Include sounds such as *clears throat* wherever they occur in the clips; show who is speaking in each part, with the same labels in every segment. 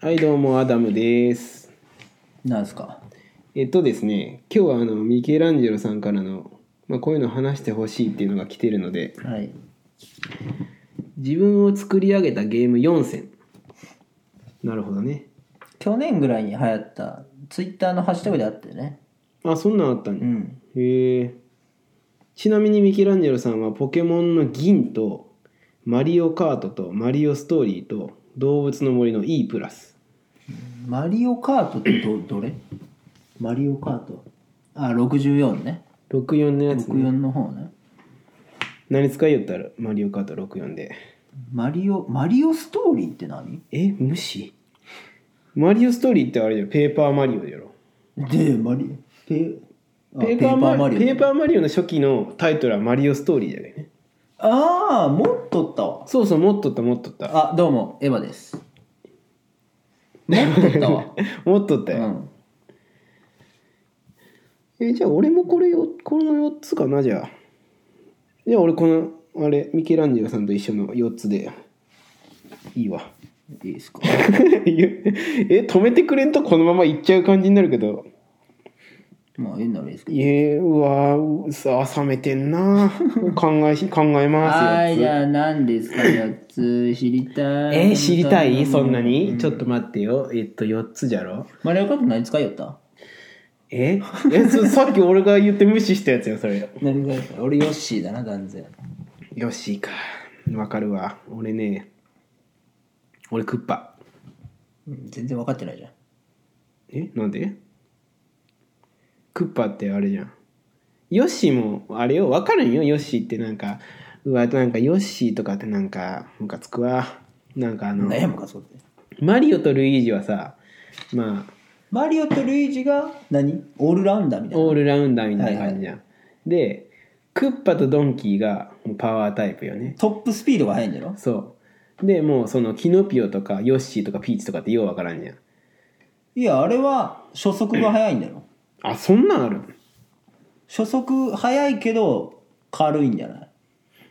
Speaker 1: はい、どうも、アダムです。
Speaker 2: なんですか
Speaker 1: えっとですね、今日はあのミケランジェロさんからの、まあ、こういうの話してほしいっていうのが来てるので、
Speaker 2: はい
Speaker 1: 自分を作り上げたゲーム4選。なるほどね。
Speaker 2: 去年ぐらいに流行ったツイッターのハッシュタグであってね
Speaker 1: あ、そんなんあった
Speaker 2: う
Speaker 1: ね。
Speaker 2: ん
Speaker 1: へえ。ちなみにミケランジェロさんはポケモンの銀と、マリオカートとマリオストーリーと動物の森の E プラス。
Speaker 2: マリオカートって *coughs* どどれマリオカートあ64ね
Speaker 1: 64のやつ、ね、
Speaker 2: 64の方ね
Speaker 1: 何使いよったらマリオカート64で。
Speaker 2: マリオマリオストーリーって何
Speaker 1: え無視マリオストーリーってあれだよペーパーマリオだよ
Speaker 2: でマリペあ
Speaker 1: ペーパーマリオペー
Speaker 2: ー
Speaker 1: パーマリオの初期のタイトルはマリオストーリーだよね
Speaker 2: ああ持っとったわ
Speaker 1: そうそう持っとった持っとった *laughs*
Speaker 2: あどうもエヴァ *laughs* です持っとった *laughs* わ
Speaker 1: 持っとった
Speaker 2: う
Speaker 1: よ、
Speaker 2: ん
Speaker 1: えじゃあ俺もこれよこの4つかなじゃあじゃあ俺このあれミケランジェロさんと一緒の4つでいいわ *laughs*
Speaker 2: いいですか
Speaker 1: え止めてくれんとこのままいっちゃう感じになるけど
Speaker 2: まあええならいいですけど
Speaker 1: えー、うわーうさ冷めてんな考えし考えますよ
Speaker 2: はい、じゃあ何ですか、やつ知りたい。
Speaker 1: えー知りたいそんなに、
Speaker 2: う
Speaker 1: ちょっと待ってよえっと4つじゃろ
Speaker 2: マリオカート何使いよった
Speaker 1: ええそ *laughs* さっき俺が言って無視したやつよそれ
Speaker 2: 何使いよった俺ヨッシーだな、断然。
Speaker 1: よっしーかわかるわ俺ね俺クッパ
Speaker 2: うん全然分かってないじゃん。
Speaker 1: えなんでクッパってあれじゃんヨッシーもあれよわかるんよヨッシーってなんかうわなんかヨッシーとかってなんかムカつくわなんかあの
Speaker 2: 悩むか、そうって。
Speaker 1: マリオとルイージはさまあ
Speaker 2: マリオとルイージが何オールラウンダーみたい
Speaker 1: オー
Speaker 2: な。
Speaker 1: ルラウンダーみたいな感じじゃん、でクッパとドンキーがもうパワータイプよね
Speaker 2: トップスピードが速いんだろ
Speaker 1: そうでもうそのキノピオとかヨッシーとかピーチとかってようわからんじゃん
Speaker 2: いや、あれは初速が速いんだろ。
Speaker 1: あそんなんある
Speaker 2: 初速速いけど軽いんじゃない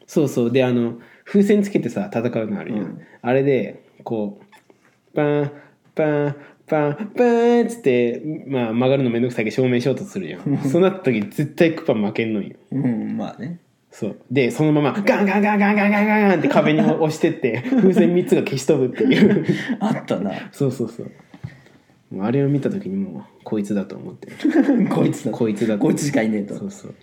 Speaker 1: そうそうであの風船つけてさ戦うのあるやん、
Speaker 2: うん
Speaker 1: あれでこうパンパンパンパンっつって、まあ、曲がるのめんどくさいけど正面衝突するじ *laughs* ゃんそうなった時絶対クッパ負けんのんよ
Speaker 2: うん、まあね。
Speaker 1: そうでそのままガンガンガンガンガンガンガンガンって壁に押してって風船3つが消し飛ぶっていう
Speaker 2: あったな。 *laughs*
Speaker 1: そうそうそうもうあれを見た時にもうこいつだと思
Speaker 2: *laughs*
Speaker 1: って
Speaker 2: こいつだ。
Speaker 1: こいつだと
Speaker 2: こいつしかいねえと。
Speaker 1: そうそう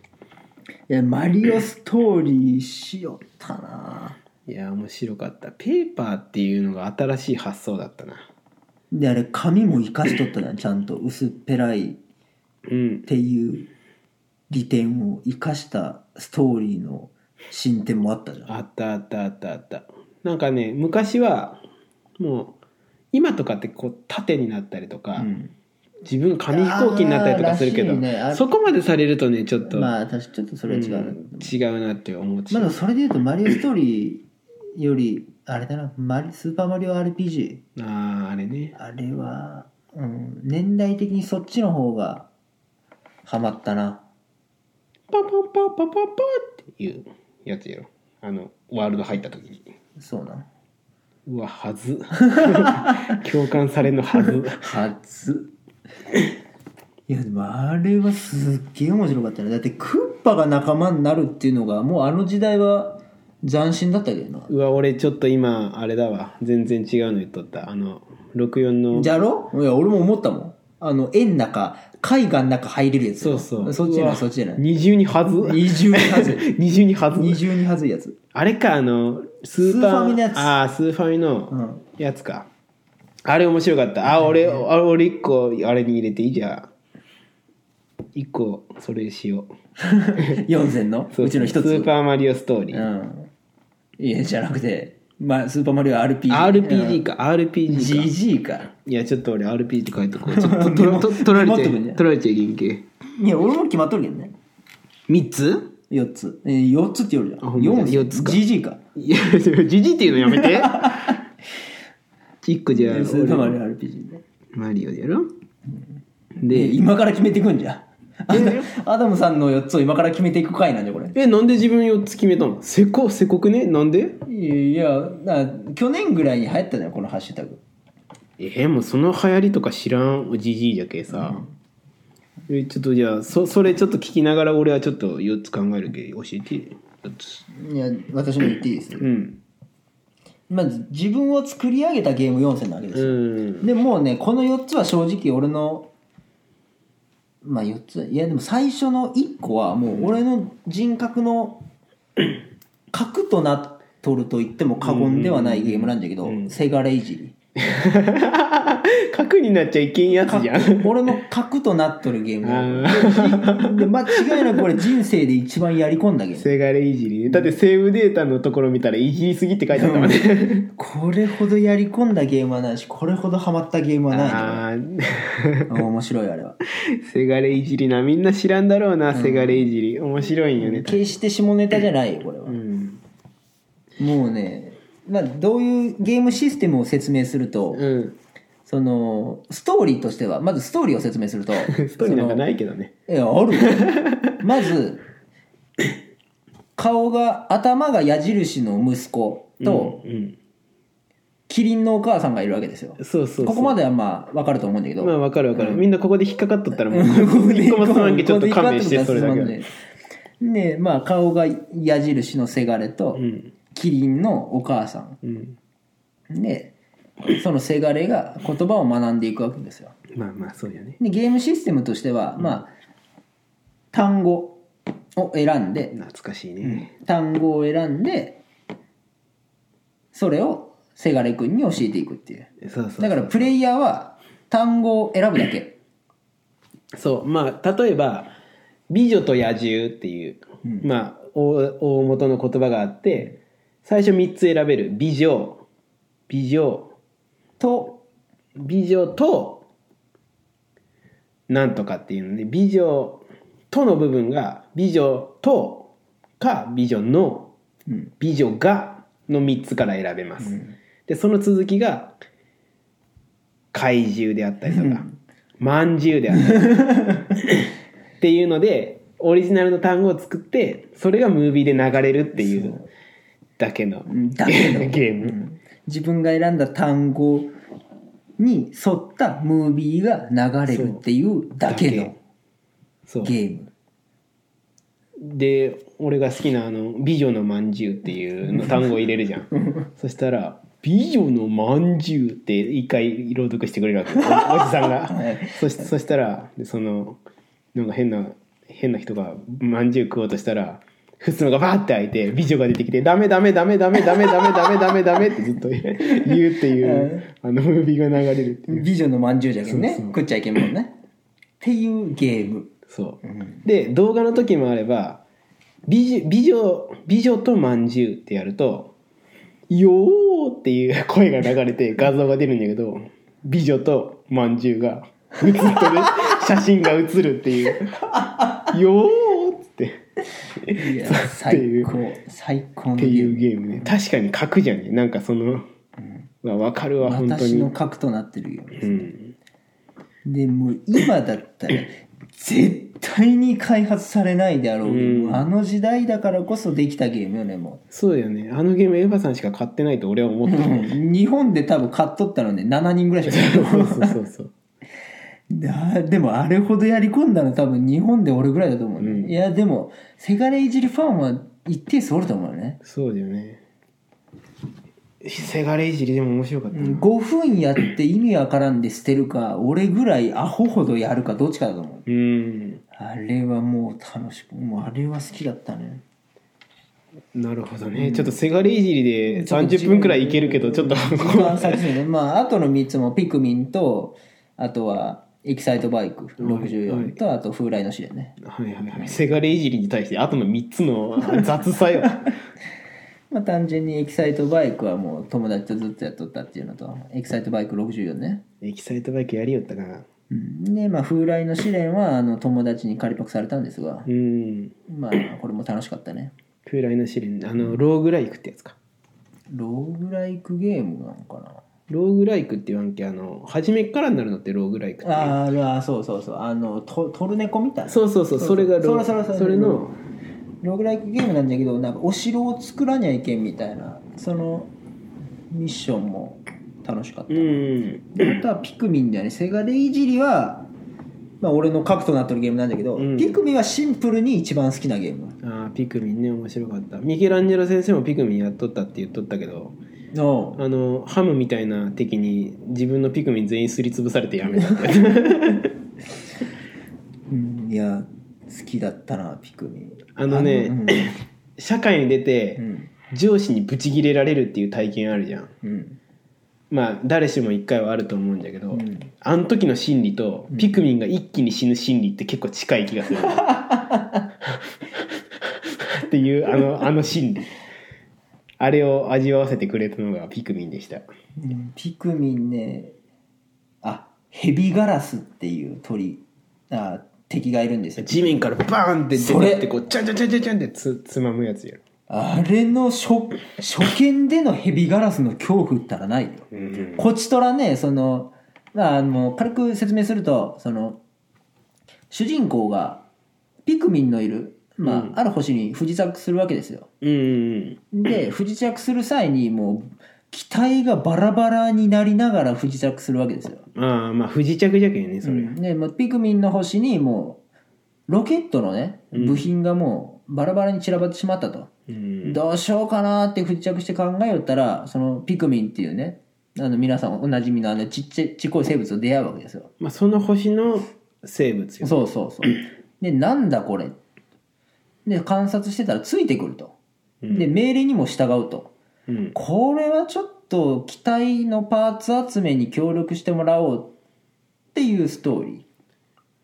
Speaker 2: いや、マリオストーリーしよったな。
Speaker 1: いや面白かったペーパーっていうのが新しい発想だったな
Speaker 2: であれ髪も生かしとったじゃんちゃんと薄っぺらいっ
Speaker 1: うん
Speaker 2: ていう利点を生かしたストーリーの進展もあったじゃん
Speaker 1: あったあったあったあったなんかね昔はもう今とかってこう縦になったりとか、
Speaker 2: うん
Speaker 1: 自分紙飛行機になったりとかするけど、
Speaker 2: あーらしいねあれ
Speaker 1: そこまでされるとねちょっと、
Speaker 2: まあ私ちょっとそれは違うな、
Speaker 1: うん違うなって思っちゃ
Speaker 2: ま
Speaker 1: う、
Speaker 2: だそれで言うとマリオストーリーよりあれだなマリスーパーマリオ RPG
Speaker 1: あああれね
Speaker 2: あれは、うん、年代的にそっちの方がハマったな
Speaker 1: パパパパパパっていうやつやろあのワールド入った時に
Speaker 2: そうな
Speaker 1: うわはず *laughs* 共感されんのはず
Speaker 2: はずいやでもあれはすっげえ面白かったねだってクッパが仲間になるっていうのがもうあの時代は斬新だったけどな
Speaker 1: うわ俺ちょっと今あれだわ全然違うの言っとったあの64の
Speaker 2: じゃろいや俺も思ったもんあの円の中海岸の中入れるやつ
Speaker 1: そうそう
Speaker 2: そっちじゃな
Speaker 1: うわ
Speaker 2: いそっちじゃない
Speaker 1: 二重にはず
Speaker 2: 二重にはず
Speaker 1: *laughs* 二重にはず
Speaker 2: 二重にはずい
Speaker 1: *laughs*
Speaker 2: やつ
Speaker 1: あれかあのスーパー
Speaker 2: スーファミのやつ
Speaker 1: ああスーファミ
Speaker 2: う
Speaker 1: の
Speaker 2: ん
Speaker 1: やつか、あれ面白かったあ俺あ俺一個あれに入れていいじゃあ一個それしよ
Speaker 2: 四千の
Speaker 1: う
Speaker 2: うちの一
Speaker 1: スー
Speaker 2: つ
Speaker 1: パーマリオストーリー、
Speaker 2: うんいやじゃなくて、まあ、スーパーマリオ RPG
Speaker 1: RPG か RPG か
Speaker 2: GG か
Speaker 1: いやちょっと俺 RPG って書 *laughs* いとこうちょっととと取られ
Speaker 2: メモっ
Speaker 1: ち
Speaker 2: と
Speaker 1: ゃい
Speaker 2: くんじゃん
Speaker 1: 取られちゃいけんけ
Speaker 2: いや俺も決まっとるけどね
Speaker 1: 3つ
Speaker 2: 4つ、えー、4つって言うじゃん
Speaker 1: あほんまだ
Speaker 2: 四
Speaker 1: 四つか
Speaker 2: GG か
Speaker 1: いや、じじっていうのやめて。一個じゃあ、
Speaker 2: スーパーマ
Speaker 1: 俺
Speaker 2: リオ RPG ね
Speaker 1: マリオでやろ
Speaker 2: で
Speaker 1: で、
Speaker 2: 今から決めていくんじゃんアダ *laughs* アダムさんの4つを今から決めていく回なんじゃこれ
Speaker 1: え、なんで自分4つ決めたのせこ、せこくねなんで
Speaker 2: いやな去年ぐらいに流行ったじゃんこのハッシュタグ
Speaker 1: えーもうその流行りとか知らんおじじいじゃけさ、えちょっとじゃあそそれちょっと聞きながら俺はちょっと4つ考えるけ教えて4つ
Speaker 2: いや私も言っていいですよ
Speaker 1: うん
Speaker 2: まず自分を作り上げたゲーム4選なわけです
Speaker 1: う
Speaker 2: よ、
Speaker 1: ん
Speaker 2: でもうねこの4つは正直俺のまあ4ついやでも最初の1個はもう俺の人格 *clears throat* の核となっとると言っても過言ではないゲームなんだけど、せがれいじり
Speaker 1: *laughs* 核になっちゃいけんやつじゃん
Speaker 2: 俺の核となっとるゲーム
Speaker 1: あ
Speaker 2: で間違いなくこれ人生で一番やり込んだゲーム
Speaker 1: せがれいじりねだってセーブデータのところ見たらいじりすぎって書いてあったもんね
Speaker 2: これほどやり込んだゲームはないしこれほどハマったゲームはな
Speaker 1: あー *laughs*
Speaker 2: いね面白いあれは
Speaker 1: せがれいじりなみんな知らんだろうな、せがれいじり面白いんよね
Speaker 2: 決して下ネタじゃないよこれは、
Speaker 1: うん
Speaker 2: もうね、まあ、どういうゲームシステムを説明すると、
Speaker 1: うん
Speaker 2: そのストーリーとしてはまずストーリーを説明すると
Speaker 1: *laughs* ストーリーなんか
Speaker 2: その
Speaker 1: ないけどね
Speaker 2: いやある
Speaker 1: *laughs*
Speaker 2: よまず顔が頭が矢印の息子と、
Speaker 1: うん
Speaker 2: キリンのお母さんがいるわけですよ
Speaker 1: そうそうそう
Speaker 2: ここまではまあ分かると思うんだけど、
Speaker 1: まあわかるわかる、みんなここで引っかかっとったらもう一個もすまんけちょっと勘弁してそれだけは
Speaker 2: ねまあ顔が矢印のせがれと、
Speaker 1: うん
Speaker 2: キリンのお母さん
Speaker 1: うん
Speaker 2: でそのせがれが言葉を学んでいくわけですよ
Speaker 1: まあまあそうやね
Speaker 2: でゲームシステムとしてはまあ単語を選んで
Speaker 1: 懐かしいね、
Speaker 2: 単語を選んでそれをせがれくんに教えていくっていう
Speaker 1: そうそうそう
Speaker 2: だからプレイヤーは単語を選ぶだけ
Speaker 1: そうまあ例えば「美女と野獣」っていう、まあ大大元の言葉があって最初3つ選べる「美女」「美女」と「美女」と「なんとか」っていうので「美女」との部分が「美女」とか「美女の」
Speaker 2: うん
Speaker 1: 美女が」の3つから選べます、でその続きが怪獣であったりとかまんじゅうであったりとか
Speaker 2: *laughs*
Speaker 1: っていうのでオリジナルの単語を作ってそれがムービーで流れるっていうだけの
Speaker 2: んだけの
Speaker 1: *laughs* ゲーム、
Speaker 2: 自分が選んだ単語に沿ったムービーが流れるっていうだけの
Speaker 1: そう
Speaker 2: ゲーム
Speaker 1: で俺が好きなあの「美女のまんじゅう」っていうの単語を入れるじゃ
Speaker 2: *laughs*
Speaker 1: んそしたら「美女のまんじゅう」って一回朗読してくれるわけよおおじさんが
Speaker 2: *laughs* はい
Speaker 1: そしそしたらでそのなんか変な変な人がまんじゅう食おうとしたら普通のがバーって開いて美女が出てきて「ダメダメダメダメダメダメダメダメダメ」ってずっと言うっていうあのムービーが流れるっていう
Speaker 2: 美女のまんじゅうじゃけんね
Speaker 1: そうそう
Speaker 2: 食っちゃいけんもんねっていうゲー
Speaker 1: *laughs*
Speaker 2: ム
Speaker 1: そう、で動画の時もあれば美女美女美女とまんじゅうってやると「よー」っていう声が流れて画像が出るんだけど美女とまんじゅうが写っとる写真が写るっていう「よー」っつって
Speaker 2: いや
Speaker 1: ってい
Speaker 2: 最
Speaker 1: う
Speaker 2: 高最高の
Speaker 1: っ
Speaker 2: ゲ
Speaker 1: て
Speaker 2: ー
Speaker 1: い
Speaker 2: ム
Speaker 1: うゲームね確かに書くじゃんねなんかその、うわ分かるわ本当
Speaker 2: 私
Speaker 1: に
Speaker 2: の核となってるゲームです、
Speaker 1: うん
Speaker 2: でもう今だったら絶対に開発されないであろうゲーム、
Speaker 1: うん
Speaker 2: あの時代だからこそできたゲームよねも
Speaker 1: そうだよねあのゲームエヴァさんしか買ってないと俺は思っ
Speaker 2: う、
Speaker 1: た
Speaker 2: *laughs* 日本で多分買っとったのね7人ぐらいしか買っ
Speaker 1: *laughs*
Speaker 2: と
Speaker 1: そう *laughs* そうそうそう
Speaker 2: であでもあれほどやり込んだの多分日本で俺ぐらいだと思うね、
Speaker 1: うん
Speaker 2: いやでもせがれいじりファンは一定数おると思うよね
Speaker 1: そうだよねせがれいじりでも面白かったな、
Speaker 2: 5分やって意味わからんで捨てるか俺ぐらいアホほどやるかどっちかだと思う
Speaker 1: うん
Speaker 2: あれはもう楽しくもうあれは好きだったね
Speaker 1: なるほどね、ちょっとせがれいじりで30分くらいいけるけどちょっと
Speaker 2: 時間先ですねまああとの3つもピクミンとあとはエキサイトバイク64とあと風来の試練ね
Speaker 1: はいはいはいせがれいじりに対してあとの3つの雑さよ
Speaker 2: まあ単純にエキサイトバイクはもう友達とずっとやっとったっていうのとエキサイトバイク64ね
Speaker 1: *laughs* エキサイトバイクやりよったかな
Speaker 2: うんでまあ風来の試練はあの友達に仮パクされたんですが
Speaker 1: うん
Speaker 2: まあこれも楽しかったね
Speaker 1: 空来の試練あのローグライクってやつか
Speaker 2: ローグライクゲームなのかな
Speaker 1: ローグライクって言わんけあの初めっからになるのってローグライクっていう
Speaker 2: あーあーそうそうそうあのトトルネコみたいな
Speaker 1: そうそうそうそれがロー
Speaker 2: それそれ
Speaker 1: それの
Speaker 2: ローグライクゲームなんだけどなんかお城を作らにゃいけんみたいなそのミッションも楽しかった
Speaker 1: う、ん
Speaker 2: あとはピクミンだよねセガでいじりは、まあ、俺の核となってるゲームなんだけど、
Speaker 1: うん
Speaker 2: ピクミンはシンプルに一番好きなゲーム
Speaker 1: あーピクミンね面白かったミケランジェロ先生もピクミンやっとったって言っとったけど
Speaker 2: の
Speaker 1: あのハムみたいな敵に自分のピクミン全員すりつぶされてやめたって
Speaker 2: *laughs* うんいや好きだったなピクミン
Speaker 1: あのね社会に出
Speaker 2: う
Speaker 1: て
Speaker 2: ん
Speaker 1: 上司にブチギレられるっていう体験あるじゃん
Speaker 2: うんうん
Speaker 1: まあ誰しも一回はあると思うんだけど、
Speaker 2: ん
Speaker 1: あの時の心理とピクミンが一気に死ぬ心理って結構近い気がするっていうあのあの心理あれを味わわせてくれたのがピクミンでした
Speaker 2: うんピクミンねあヘビガラスっていう鳥あ敵がいるんですよ
Speaker 1: 地面からバーンって
Speaker 2: そ
Speaker 1: 出
Speaker 2: れ
Speaker 1: てってこうチャンチャンチャンチャンチャンってつつまむやつや
Speaker 2: あれの初初見でのヘビガラスの恐怖ったらないよ
Speaker 1: うん
Speaker 2: こちとらね、その、まあ、あの、軽く説明すると、その、主人公が、ピクミンのいる、まあ、
Speaker 1: うん
Speaker 2: ある星に不時着するわけですよ。
Speaker 1: うん *laughs*
Speaker 2: で、不時着する際に、もう、機体がバラバラになりながら不時着するわけですよ。
Speaker 1: ああまあ不時着じゃけんねそれ、
Speaker 2: うんで、まあ、ピクミンの星に、もう、ロケットのね、
Speaker 1: うん
Speaker 2: 部品がもう、バラバラに散らばってしまったと。
Speaker 1: うん
Speaker 2: どうしようかなって不時着して考えよったらそのピクミンっていうねあの皆さんおなじみのあのちっちゃいちっこい生物と出会うわけですよ
Speaker 1: まあ、その星の生物よ
Speaker 2: そうそうそう
Speaker 1: *clears throat*
Speaker 2: でなんだこれで観察してたらついてくると
Speaker 1: うん
Speaker 2: で命令にも従うと
Speaker 1: うん
Speaker 2: これはちょっと機体のパーツ集めに協力してもらおうっていうストーリ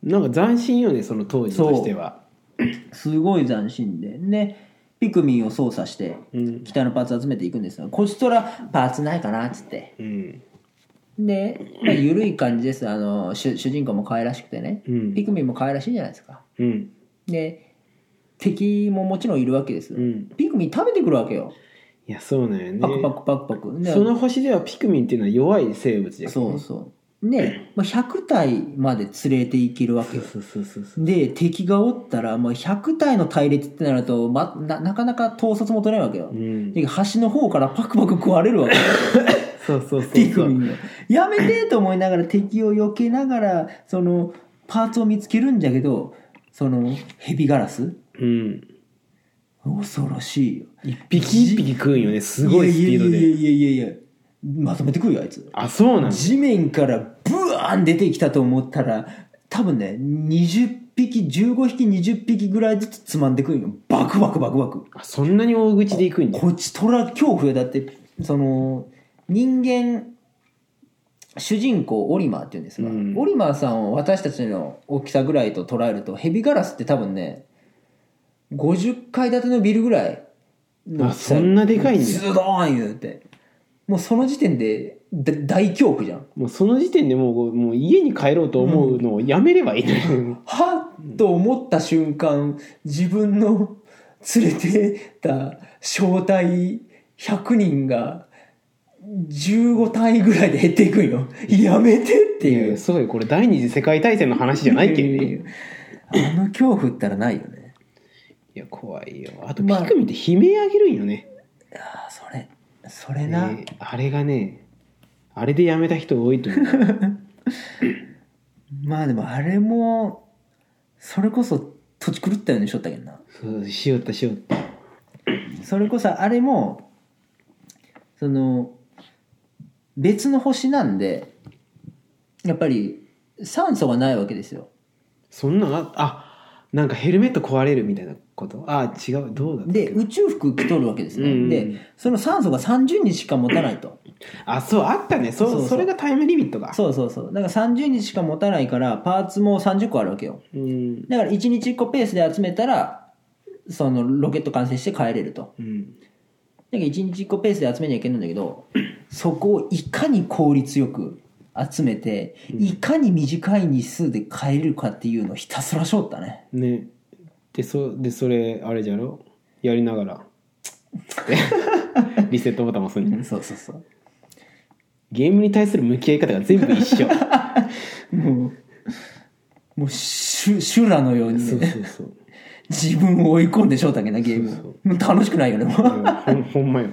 Speaker 1: なんか斬新よねその当時としては
Speaker 2: ーすごい斬新ででピクミンを操作して
Speaker 1: うん
Speaker 2: 機体のパーツ集めていくんですがこちとらパーツないかなっつって
Speaker 1: うん
Speaker 2: で、まあ、緩い感じですあの主主人公も可愛らしくてね
Speaker 1: うん
Speaker 2: ピクミンも可愛らしいじゃないですか
Speaker 1: うん
Speaker 2: で敵ももちろんいるわけです、
Speaker 1: うん
Speaker 2: ピクミン食べてくるわけよ
Speaker 1: いやそうなんよね
Speaker 2: パクパクパクパク、で
Speaker 1: その星ではピクミンっていうのは弱い生物じゃけん
Speaker 2: そうそうで、まあ、100体まで連れていけるわけよ
Speaker 1: そうそうそうそう
Speaker 2: で敵がおったら、まあ、100体の隊列ってなると、ま、ななかなか統率も取れないわけよ、
Speaker 1: うん
Speaker 2: で端の方からパクパク食われるわけよ
Speaker 1: そうそうそう
Speaker 2: ピク
Speaker 1: そう
Speaker 2: ミンがやめてと思いながら敵を避けながらそのパーツを見つけるんじゃけどそのヘビガラス
Speaker 1: うん
Speaker 2: 恐ろしいよ
Speaker 1: 一匹一匹食うんよねすごいスピード
Speaker 2: いや
Speaker 1: で
Speaker 2: いやいやいやいやまとめてくるよあいつ
Speaker 1: あそうなんだ
Speaker 2: 地面からブワーン出てきたと思ったら多分ね20匹15匹20匹ぐらいずつつまんでくるよバクバクバクバク
Speaker 1: あそんなに大口で行くんじゃん
Speaker 2: こっち虎恐怖よだってその人間主人公オリマーっていうんですが、
Speaker 1: うん
Speaker 2: オリマーさんを私たちの大きさぐらいと捉えるとヘビガラスって多分ね50階建てのビルぐらいの
Speaker 1: あそんなでかいんだ
Speaker 2: ズドーン言うてもうその時点でだ大恐怖じゃん
Speaker 1: もうその時点でもうもう家に帰ろうと思うのをやめればいいのに、
Speaker 2: はっと思った瞬間自分の連れてた招待100人が15体ぐらいで減っていくんよ *laughs* やめてって
Speaker 1: いやい
Speaker 2: いう
Speaker 1: やそうよこれ第二次世界大戦の話じゃないけど、
Speaker 2: い
Speaker 1: ね、
Speaker 2: うあの恐怖ったらないよね
Speaker 1: いや怖いよあとピ
Speaker 2: まあ
Speaker 1: クミンって悲鳴あげるんよね,
Speaker 2: ああそれそれ
Speaker 1: ね、
Speaker 2: な、
Speaker 1: あれがねあれでやめた人多いと思
Speaker 2: *laughs*
Speaker 1: う
Speaker 2: まあでもあれもそれこそ土地狂ったようにしとったけどな
Speaker 1: そうしよったしよった
Speaker 2: それこそあれもその別の星なんでやっぱり酸素がないわけですよ
Speaker 1: そんなんああなんかヘルメット壊れるみたいなことあ違うどうだった
Speaker 2: で宇宙服着とるわけですね、
Speaker 1: うん
Speaker 2: でその酸素が30日しか持たないと
Speaker 1: あそうあったねそう
Speaker 2: そ
Speaker 1: そう
Speaker 2: そう
Speaker 1: れがタイムリミットが
Speaker 2: そうそうそうだから30日しか持たないからパーツも30個あるわけよ
Speaker 1: うん
Speaker 2: だから1日1個ペースで集めたらそのロケット完成して帰れると
Speaker 1: うん
Speaker 2: だから1日1個ペースで集めにはいけないんだけどそこをいかに効率よく集めていかに短い日数で変えるかっていうのをひたすらしょったね
Speaker 1: ねでそでそれあれじゃろやりながら *laughs* リセットボタン押すんじゃん
Speaker 2: そうそうそう
Speaker 1: ゲームに対する向き合い方が全部 *laughs* 一緒
Speaker 2: もうもう修修羅のようにね
Speaker 1: そうそうそう
Speaker 2: 自分を追い込んでしょったけどなゲーム
Speaker 1: そう
Speaker 2: もう楽しくないよねもう
Speaker 1: ほんほんまよ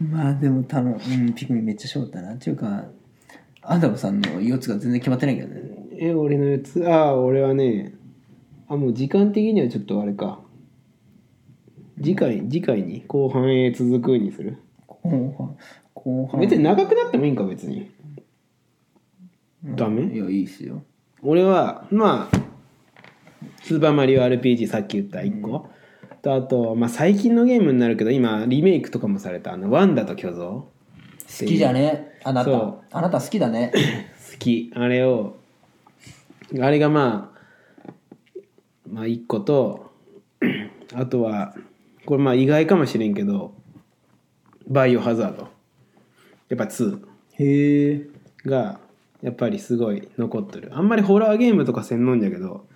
Speaker 2: まあでもたの、うん、ピクミンめっちゃしょったなっていうかアダムさんの4つが全然決まってないけどね
Speaker 1: え俺のやつああ俺はねあもう時間的にはちょっとあれか次回次回に後半へ続くにする
Speaker 2: 後半後半
Speaker 1: 別に長くなってもいいんか別にダメ
Speaker 2: いやいいっすよ
Speaker 1: 俺はまあ「スーパーマリオ RPG」さっき言った1個、とあと、まあ、最近のゲームになるけど今リメイクとかもされたあの「ワンダと巨像」
Speaker 2: 好きじゃねあな
Speaker 1: そう
Speaker 2: たあなた好きだね
Speaker 1: 好きあれをあれがまあまあ1個と *clears throat* あとはこれまあ意外かもしれんけど「バイオハザード」やっぱ2
Speaker 2: へえ
Speaker 1: がやっぱりすごい残っとるあんまりホラーゲームとかせんのんじゃけど、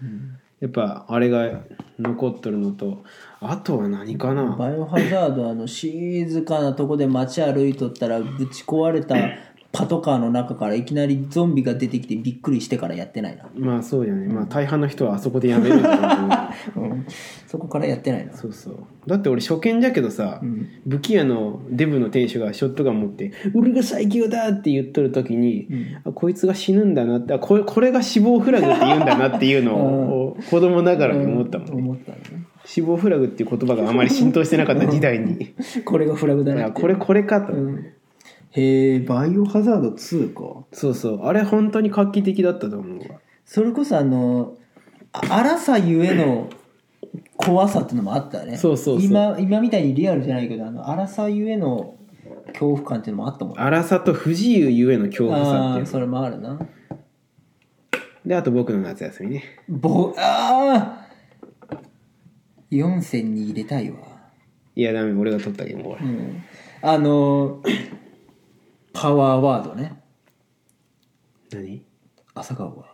Speaker 1: やっぱあれが残っとるのとあとは何かな
Speaker 2: バイオハザードあの静かなとこで街歩いとったらぶち壊れたパトカーの中からいきなりゾンビが出てきてびっくりしてからやってないな、
Speaker 1: まあそうやね、まあ大半の人はあそこでやめるんだろうけど
Speaker 2: そこからやってないな
Speaker 1: そうそうだって俺初見じゃけどさ、武器屋のデブの店主がショットガン持って「俺が最強だ!」って言っとる時に、あこいつが死ぬんだなってあこれこれが死亡フラグって言うんだなって *laughs* いうのを子供ながらに思ったもんね、
Speaker 2: 思ったね
Speaker 1: 死亡フラグっていう言葉があまり浸透してなかった時代に
Speaker 2: これがフラグ
Speaker 1: *laughs*
Speaker 2: だ
Speaker 1: い
Speaker 2: な
Speaker 1: や
Speaker 2: って
Speaker 1: これこれかと、
Speaker 2: へえバイオハザード2か
Speaker 1: そうそうあれ本当に画期的だったと思うわ
Speaker 2: それこそあのあ荒さゆえの怖さってのもあったね
Speaker 1: そうそうそう
Speaker 2: 今今みたいにリアルじゃないけどあの荒さゆえの恐怖感っていうのもあったもんあ
Speaker 1: 荒さと不自由ゆえの恐怖さって
Speaker 2: あー
Speaker 1: いう
Speaker 2: それもあるな
Speaker 1: であと僕の夏休みね
Speaker 2: ぼああ4選に入れたいわ、
Speaker 1: いやダメ俺が取ったけどもうこれ
Speaker 2: うん、あのパワーワードね
Speaker 1: 何
Speaker 2: 朝顔は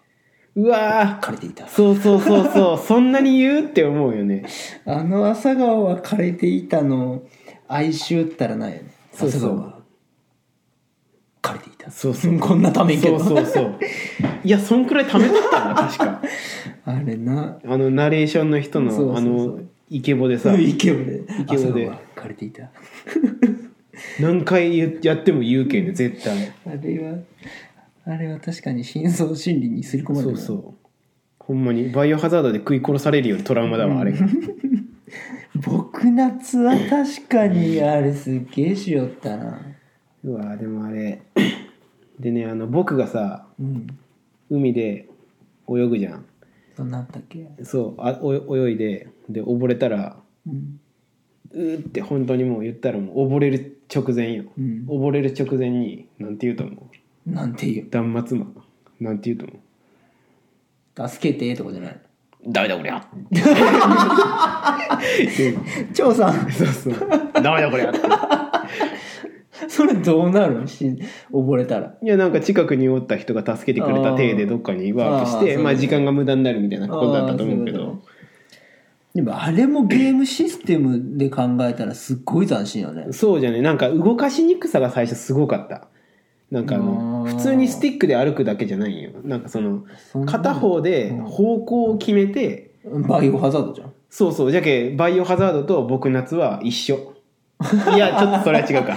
Speaker 1: うわー
Speaker 2: 枯れていた
Speaker 1: そうそうそう
Speaker 2: *laughs*
Speaker 1: そうそんなに言うって思うよね
Speaker 2: あの朝顔は枯れていたの哀愁ったらないよね
Speaker 1: そうそう
Speaker 2: 朝顔は枯れていた
Speaker 1: そうそう
Speaker 2: *laughs* こんなため息
Speaker 1: そ
Speaker 2: の
Speaker 1: うそうそういやそんくらいためとったな確
Speaker 2: *laughs*
Speaker 1: か
Speaker 2: あれな
Speaker 1: あのナレーションの人の
Speaker 2: そうそうそう
Speaker 1: あのイケボでさ
Speaker 2: 池をね
Speaker 1: 池をね
Speaker 2: 朝顔は枯れていた
Speaker 1: 何回言やっても言うけんね絶対
Speaker 2: あれはあれは確かに深層心理にすり込まれ
Speaker 1: そ
Speaker 2: る
Speaker 1: う
Speaker 2: な
Speaker 1: そうほんまにバイオハザードで食い殺されるよりトラウマだわあれが
Speaker 2: 僕夏は確かにあれすっげえしよったな
Speaker 1: *laughs* うわーでもあれでねあの僕がさ
Speaker 2: うん
Speaker 1: 海で泳ぐじゃん
Speaker 2: そんなんあったっけ
Speaker 1: そうあお泳いでで溺れたら
Speaker 2: うん
Speaker 1: うーって本当にもう言ったらもう溺れる直前よ、
Speaker 2: うん
Speaker 1: 溺れる直前になんて言うと思う
Speaker 2: なんていう
Speaker 1: 断末魔なんて言うと思う
Speaker 2: 助けてとかじゃない
Speaker 1: ダメだこり *laughs* ゃ
Speaker 2: 張さん *laughs*
Speaker 1: そうそうダメだこりゃ
Speaker 2: それどうなるのし溺れたら
Speaker 1: いやなんか近くにおった人が助けてくれた体でどっかにワープし
Speaker 2: あーあーそうい
Speaker 1: て
Speaker 2: う
Speaker 1: まあ時間が無駄になるみたいなことだったと思うけ
Speaker 2: あーそういう
Speaker 1: ど
Speaker 2: でもあれもゲームシステムで考えたらすっごい斬新よね
Speaker 1: そうじゃねなんか動かしにくさが最初すごかったなんかあの
Speaker 2: あ
Speaker 1: 普
Speaker 2: ー
Speaker 1: 通にスティックで歩くだけじゃないよなんかその
Speaker 2: そんな
Speaker 1: 片方で方向を決めて
Speaker 2: バイオハザードじゃん
Speaker 1: そうそうじゃけバイオハザードと僕夏は一緒いやちょっとそれは違うか、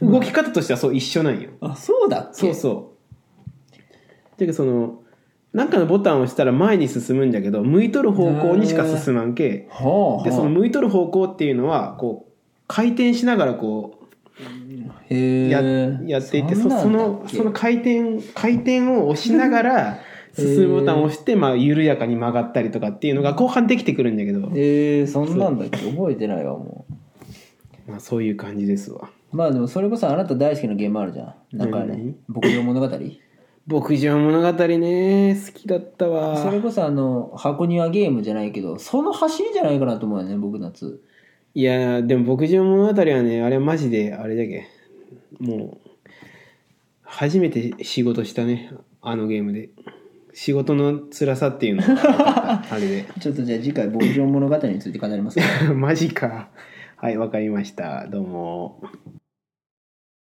Speaker 1: 動き方としてはそう一緒なんよ
Speaker 2: あそうだっけ
Speaker 1: そうそうてかそのなんかのボタンを押したら前に進むんだけど向いとる方向にしか進まんけ
Speaker 2: はあ、はあ、
Speaker 1: でその向いとる方向っていうのはこう回転しながらこう
Speaker 2: へえ
Speaker 1: や,、やっていってそそのその回転回転を押しながら進むボタンを押して、まあ、緩やかに曲がったりとかっていうのが後半できてくるんだけど、
Speaker 2: へえそんなんだっけ覚えてないわも
Speaker 1: まあ、そういう感じですわ
Speaker 2: うまあでもそれこそあなた大好きなゲームあるじゃんなんかね
Speaker 1: 何
Speaker 2: 牧場物語
Speaker 1: 牧場物語ね好きだったわ
Speaker 2: それこそあの箱庭ゲームじゃないけどその走りじゃないかなと思うよね僕夏
Speaker 1: いやーでも牧場物語はねあれはマジであれだけもう初めて仕事したねあのゲームで仕事の辛さっていうのが分かったあれで
Speaker 2: *laughs* ちょっとじゃあ次回牧場物語について語りますか
Speaker 1: マジかはいわかりましたどうも。